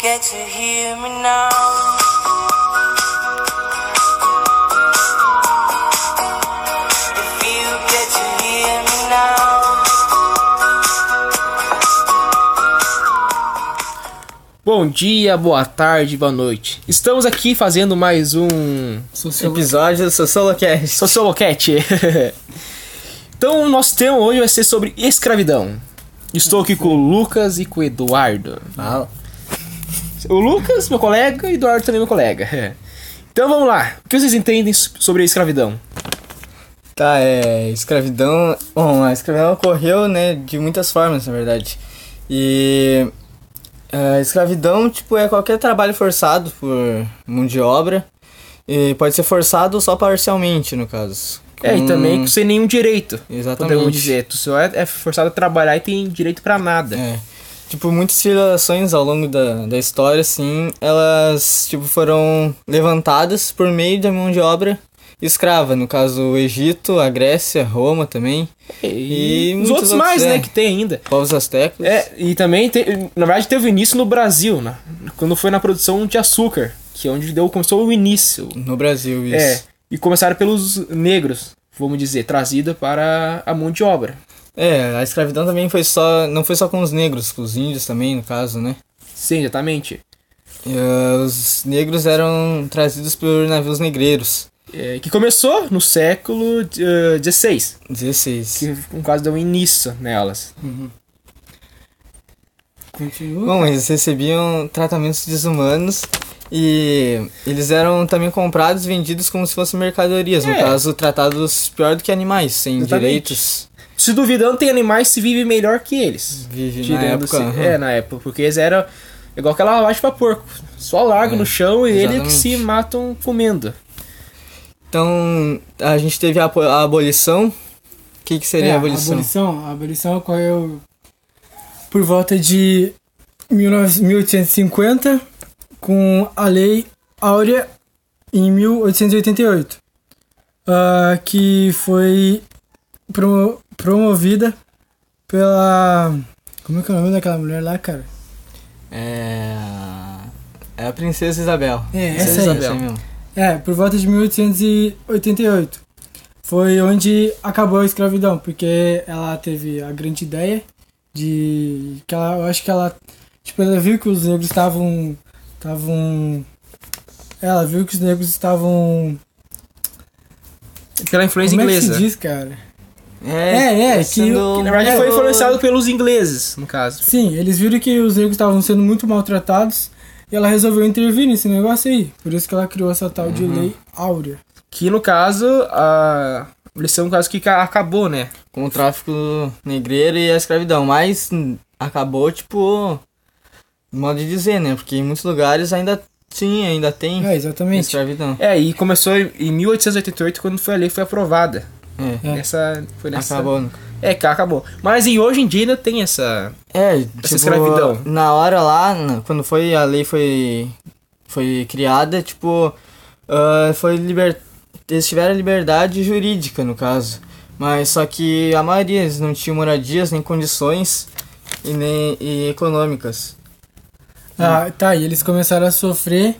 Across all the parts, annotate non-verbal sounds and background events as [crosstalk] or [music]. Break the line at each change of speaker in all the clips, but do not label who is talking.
get to hear me now. If you get to hear me now.
Bom dia, boa tarde, boa noite. Estamos aqui fazendo mais um
Episódio do Sociolocast.
Socioloquete. [laughs] então, o nosso tema hoje vai ser sobre escravidão. Estou aqui com o Lucas e com o Eduardo.
Fala.
O Lucas, meu colega, e o Eduardo também, meu colega. [laughs] Então vamos lá. O que vocês entendem so- sobre a escravidão?
Tá, é. Escravidão. Bom, a escravidão ocorreu, né, de muitas formas, na verdade. E. é, A escravidão, tipo, é qualquer trabalho forçado por mão de obra. E pode ser forçado só parcialmente, no caso.
É, e
Com-
também sem nenhum direito.
Hum. Exatamente.
Podemos dizer, tu só é, é forçado a trabalhar e tem direito pra nada.
É. Tipo, muitas civilizações ao longo da, da história, assim, elas, tipo, foram levantadas por meio da mão de obra escrava. No caso, o Egito, a Grécia, Roma também,
É, E,
E
os
muitos
outros
outros,
mais,
é.
né, que tem ainda.
povos astecos.
É, e também, te- na verdade, teve início no Brasil, né? Quando foi na produção de açúcar, que é onde deu, começou o início.
No Brasil, isso.
É, e começaram pelos negros, vamos dizer, trazida para a mão de obra.
É, a escravidão também foi só. Não foi só com os negros, com os índios também, no caso, né?
Sim, exatamente.
E, ah, os negros eram trazidos por navios negreiros.
É, que começou no século XVI,
16.
que no caso deu início nelas.
Bom, eles recebiam tratamentos desumanos e eles eram também comprados e vendidos como se fossem mercadorias, no
É.
caso, tratados pior do que animais, sem
Exatamente.
direitos.
Se duvidando, tem animais que vivem melhor que eles.
Vive na
Tirando-se-
época,
É,
aham.
na época, porque eles eram igual aquela lavagem pra porco. Só larga no chão e eles que se
É, exatamente.
matam comendo.
Então, a gente teve a, apo- a abolição. O que, que seria
É,
a abolição?
A abolição, a abolição é ocorreu por volta de 19 1850 com a Lei Áurea em 1888, ah, que foi promo- promovida pela. Como é que é o nome daquela mulher lá, cara?
É... é a Princesa Isabel.
É,
Princesa
essa aí.
Isabel. mesmo.
É, por volta de 1888. Foi onde acabou a escravidão, porque ela teve a grande ideia de que ela, eu acho que ela, tipo, ela viu que os negros estavam estavam é, ela viu que os negros estavam
Pela influência
Como é que
inglesa.
se diz, cara?
É,
É, é,
tá
que-
sendo-
Que, na verdade foi
É,
influenciado pelos ingleses, no caso.
Sim, eles viram que os negros estavam sendo muito maltratados e ela resolveu intervir nesse negócio aí. Por isso que ela criou essa tal de Lei Áurea.
Que no caso, a lição no caso que ca- acabou, né?
com o tráfico negreiro e a escravidão, mas hum, acabou, tipo, modo de dizer, né? Porque em muitos lugares ainda tinha, ainda tem
É, exatamente.
escravidão.
É, e começou em em 1888 quando foi a lei foi aprovada.
É,
Essa foi nessa.
acabou.
É, que acabou. Mas em hoje em dia ainda tem essa
É, tipo,
escravidão.
na hora lá, na- quando foi a lei foi, foi criada, tipo, ah, foi liber... eles tiveram liberdade jurídica, no caso. Mas só que a maioria eles não tinham moradias, nem condições e nem e econômicas.
Ah, tá, e eles começaram a sofrer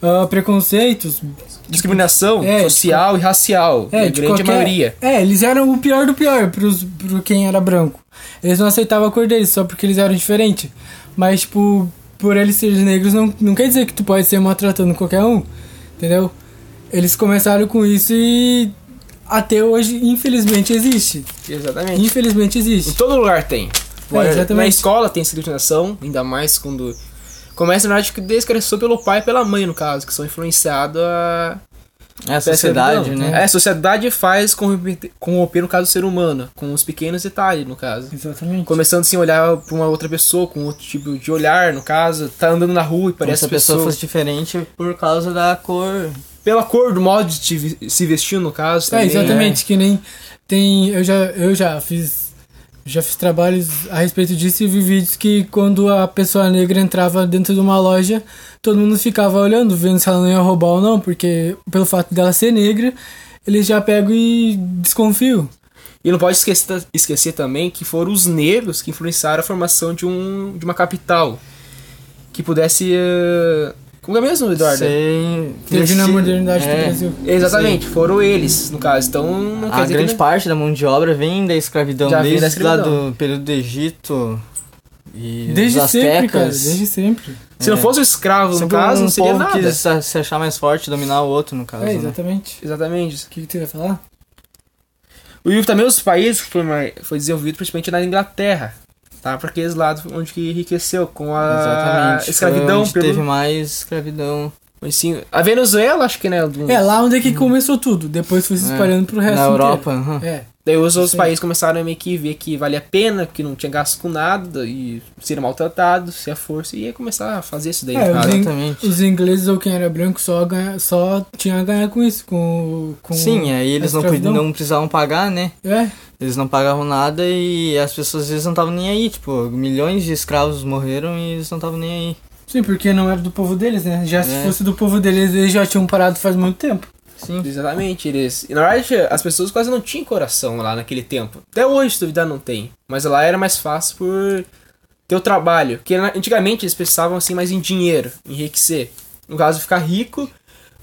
ah, preconceitos.
discriminação
É,
social e racial. É,
É,
a
de
grande
qualquer...
maioria.
É, eles eram o pior do pior pros, pro quem era branco. Eles não aceitavam a cor deles só porque eles eram diferentes. Mas, tipo, por eles serem negros não, não quer dizer que tu pode ser maltratando qualquer um, entendeu? Eles começaram com isso e até hoje, infelizmente, existe.
Exatamente.
Infelizmente
Em
existe.
todo lugar tem.
É, exatamente.
Na escola tem essa discriminação, ainda mais quando. Começa, na verdade, que descreção pelo pai e pela mãe, no caso, que são influenciados a
É
Pela
a sociedade,
escravidão.
né?
É, a sociedade faz corromper, corromper, no caso, o ser humano, com os pequenos detalhes, no caso.
Exatamente.
Começando sem olhar pra uma outra pessoa, com outro tipo de olhar, no caso, tá andando na rua e
Como
parece
se a
essa
pessoa
pessoa.
fosse diferente por causa da cor.
Pela cor do modo de te vi- se vestir, no caso.
É,
também,
exatamente,
né?
que nem tem. Eu já, eu já fiz. Já fiz trabalhos a respeito disso e vi vídeos que quando a pessoa negra entrava dentro de uma loja, todo mundo ficava olhando, vendo se ela não ia roubar ou não, porque pelo fato dela ser negra, eles já pegam e desconfiam.
E não pode esquecer, esquecer também que foram os negros que influenciaram a formação de, um, de uma capital. que pudesse. eh, Como é mesmo, Eduardo?
Sem...
Teve na modernidade
é.
do Brasil.
Exatamente, foram eles, no caso. Então não quer
A
dizer
grande
que.
parte da mão de obra vem da escravidão
Já vem
desde
da
lá
escravidão.
do período do Egito e
Desde
dos
sempre, cara.
astecas.
Desde sempre.
Se não fosse o escravo, no
Sempre
caso,
um
não seria
povo
nada.
que se se achar mais forte, dominar o outro, no caso, né?
É, exatamente.
Exatamente.
O que, que tu ia falar?
O livro também os países que foi, mar- foi desenvolvido principalmente na Inglaterra. Tá? Pra aqueles lados onde que enriqueceu com a
Exatamente. Foi
Ah, escravidão.
onde
Pelo...
teve mais escravidão.
Assim, a Venezuela, acho que, né? Do...
É, lá onde é que começou tudo. Depois foi se espalhando pro resto
Hum. É. né, Na
inteiro.
Europa, né? aham.
É.
Daí os outros
Sim.
países começaram a meio que ver que valia a pena, que não tinha gasto com nada, e ser maltratado, ser a força, e ia começar a fazer isso daí.
É,
cara.
os, in-
exatamente.
os ingleses ou quem era branco só, ganha- só tinha a ganhar com isso, com... o- com
Sim, aí eles
a
não, podiam,
escravidão.
não precisavam pagar, né?
É,
Eles não pagavam nada e as pessoas às vezes não estavam nem aí. Tipo, milhões de escravos morreram e eles não estavam nem aí.
sim, porque não era do povo deles, né? Já se
É.
fosse do povo deles, eles já tinham parado faz muito tempo.
Sim.
Exatamente, eles. E na verdade, as pessoas quase não tinham coração lá naquele tempo. Até hoje, se duvidar, não tem. Mas lá era mais fácil por ter o trabalho. Porque na- antigamente eles pensavam assim mais em dinheiro, enriquecer. No caso, ficar rico,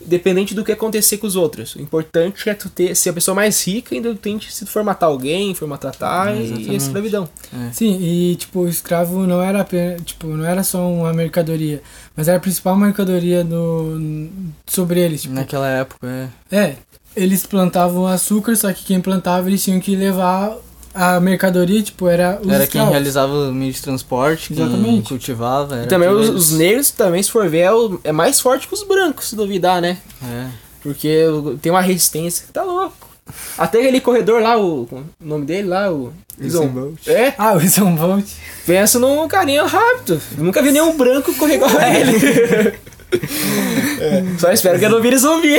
dependente do que acontecer com os outros. O importante é tu ter, ser a pessoa mais rica e tu tente se tu for matar alguém, for maltratar
É,
e e
exatamente.
escravidão.
É.
Sim, e tipo, o escravo não era apenas, tipo, não era só uma mercadoria, mas era a principal mercadoria do sobre eles, tipo.
Naquela época, é.
É, eles plantavam açúcar, só que quem plantava eles tinham que levar a mercadoria, tipo, era os
Era quem
escravos.
realizava o meio de transporte, quem
Exatamente.
cultivava.
E
era
também
tudo
os,
eles.
os negros, também, se for ver, é, o- é mais forte que os brancos, se duvidar, né?
É.
Porque tem uma resistência que tá louco. Até aquele corredor lá, o, é o nome dele lá, o.
Usain
Zon-
Bolt.
É,
Ah, o São Bolt.
pensa num carinha rápido. Eu nunca vi nenhum branco correr igual a ele. É, Só espero que eu não vire zumbi.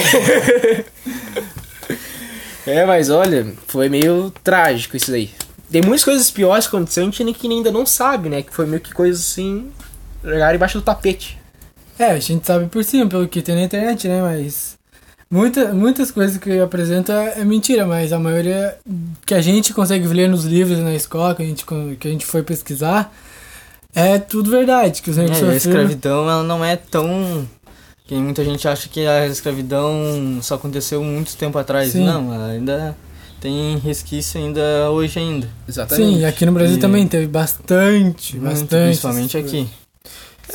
É, mas olha, foi meio trágico isso daí. Tem muitas coisas piores que aconteceram que a gente ainda não sabe, né? Que foi meio que coisas assim. Jogaram embaixo do tapete.
É, a gente sabe por cima, pelo que tem na internet, né? Mas. Muita, muitas coisas que apresenta é mentira, mas a maioria que a gente consegue ler nos livros na escola, que a gente, con- que a gente foi pesquisar, é tudo verdade. Que os negros
É, e a
sofreram.
escravidão ela não é tão. Que muita gente acha que a escravidão só aconteceu muito tempo atrás.
Sim.
Não, ela ainda tem resquício ainda hoje ainda.
Exatamente.
Sim, e aqui no Brasil
E-
também teve bastante,
Muito,
bastante.
Principalmente aqui.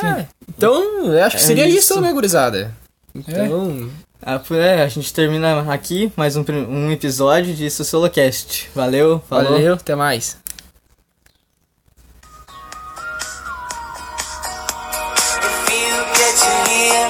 É, então, eu acho que
É
seria isso,
isso.
né, gurizada? Então,
Ah, pô, É, a gente termina aqui mais um, prim- um episódio de Sociolocast. Valeu, falou.
valeu, até mais.
If you get to hear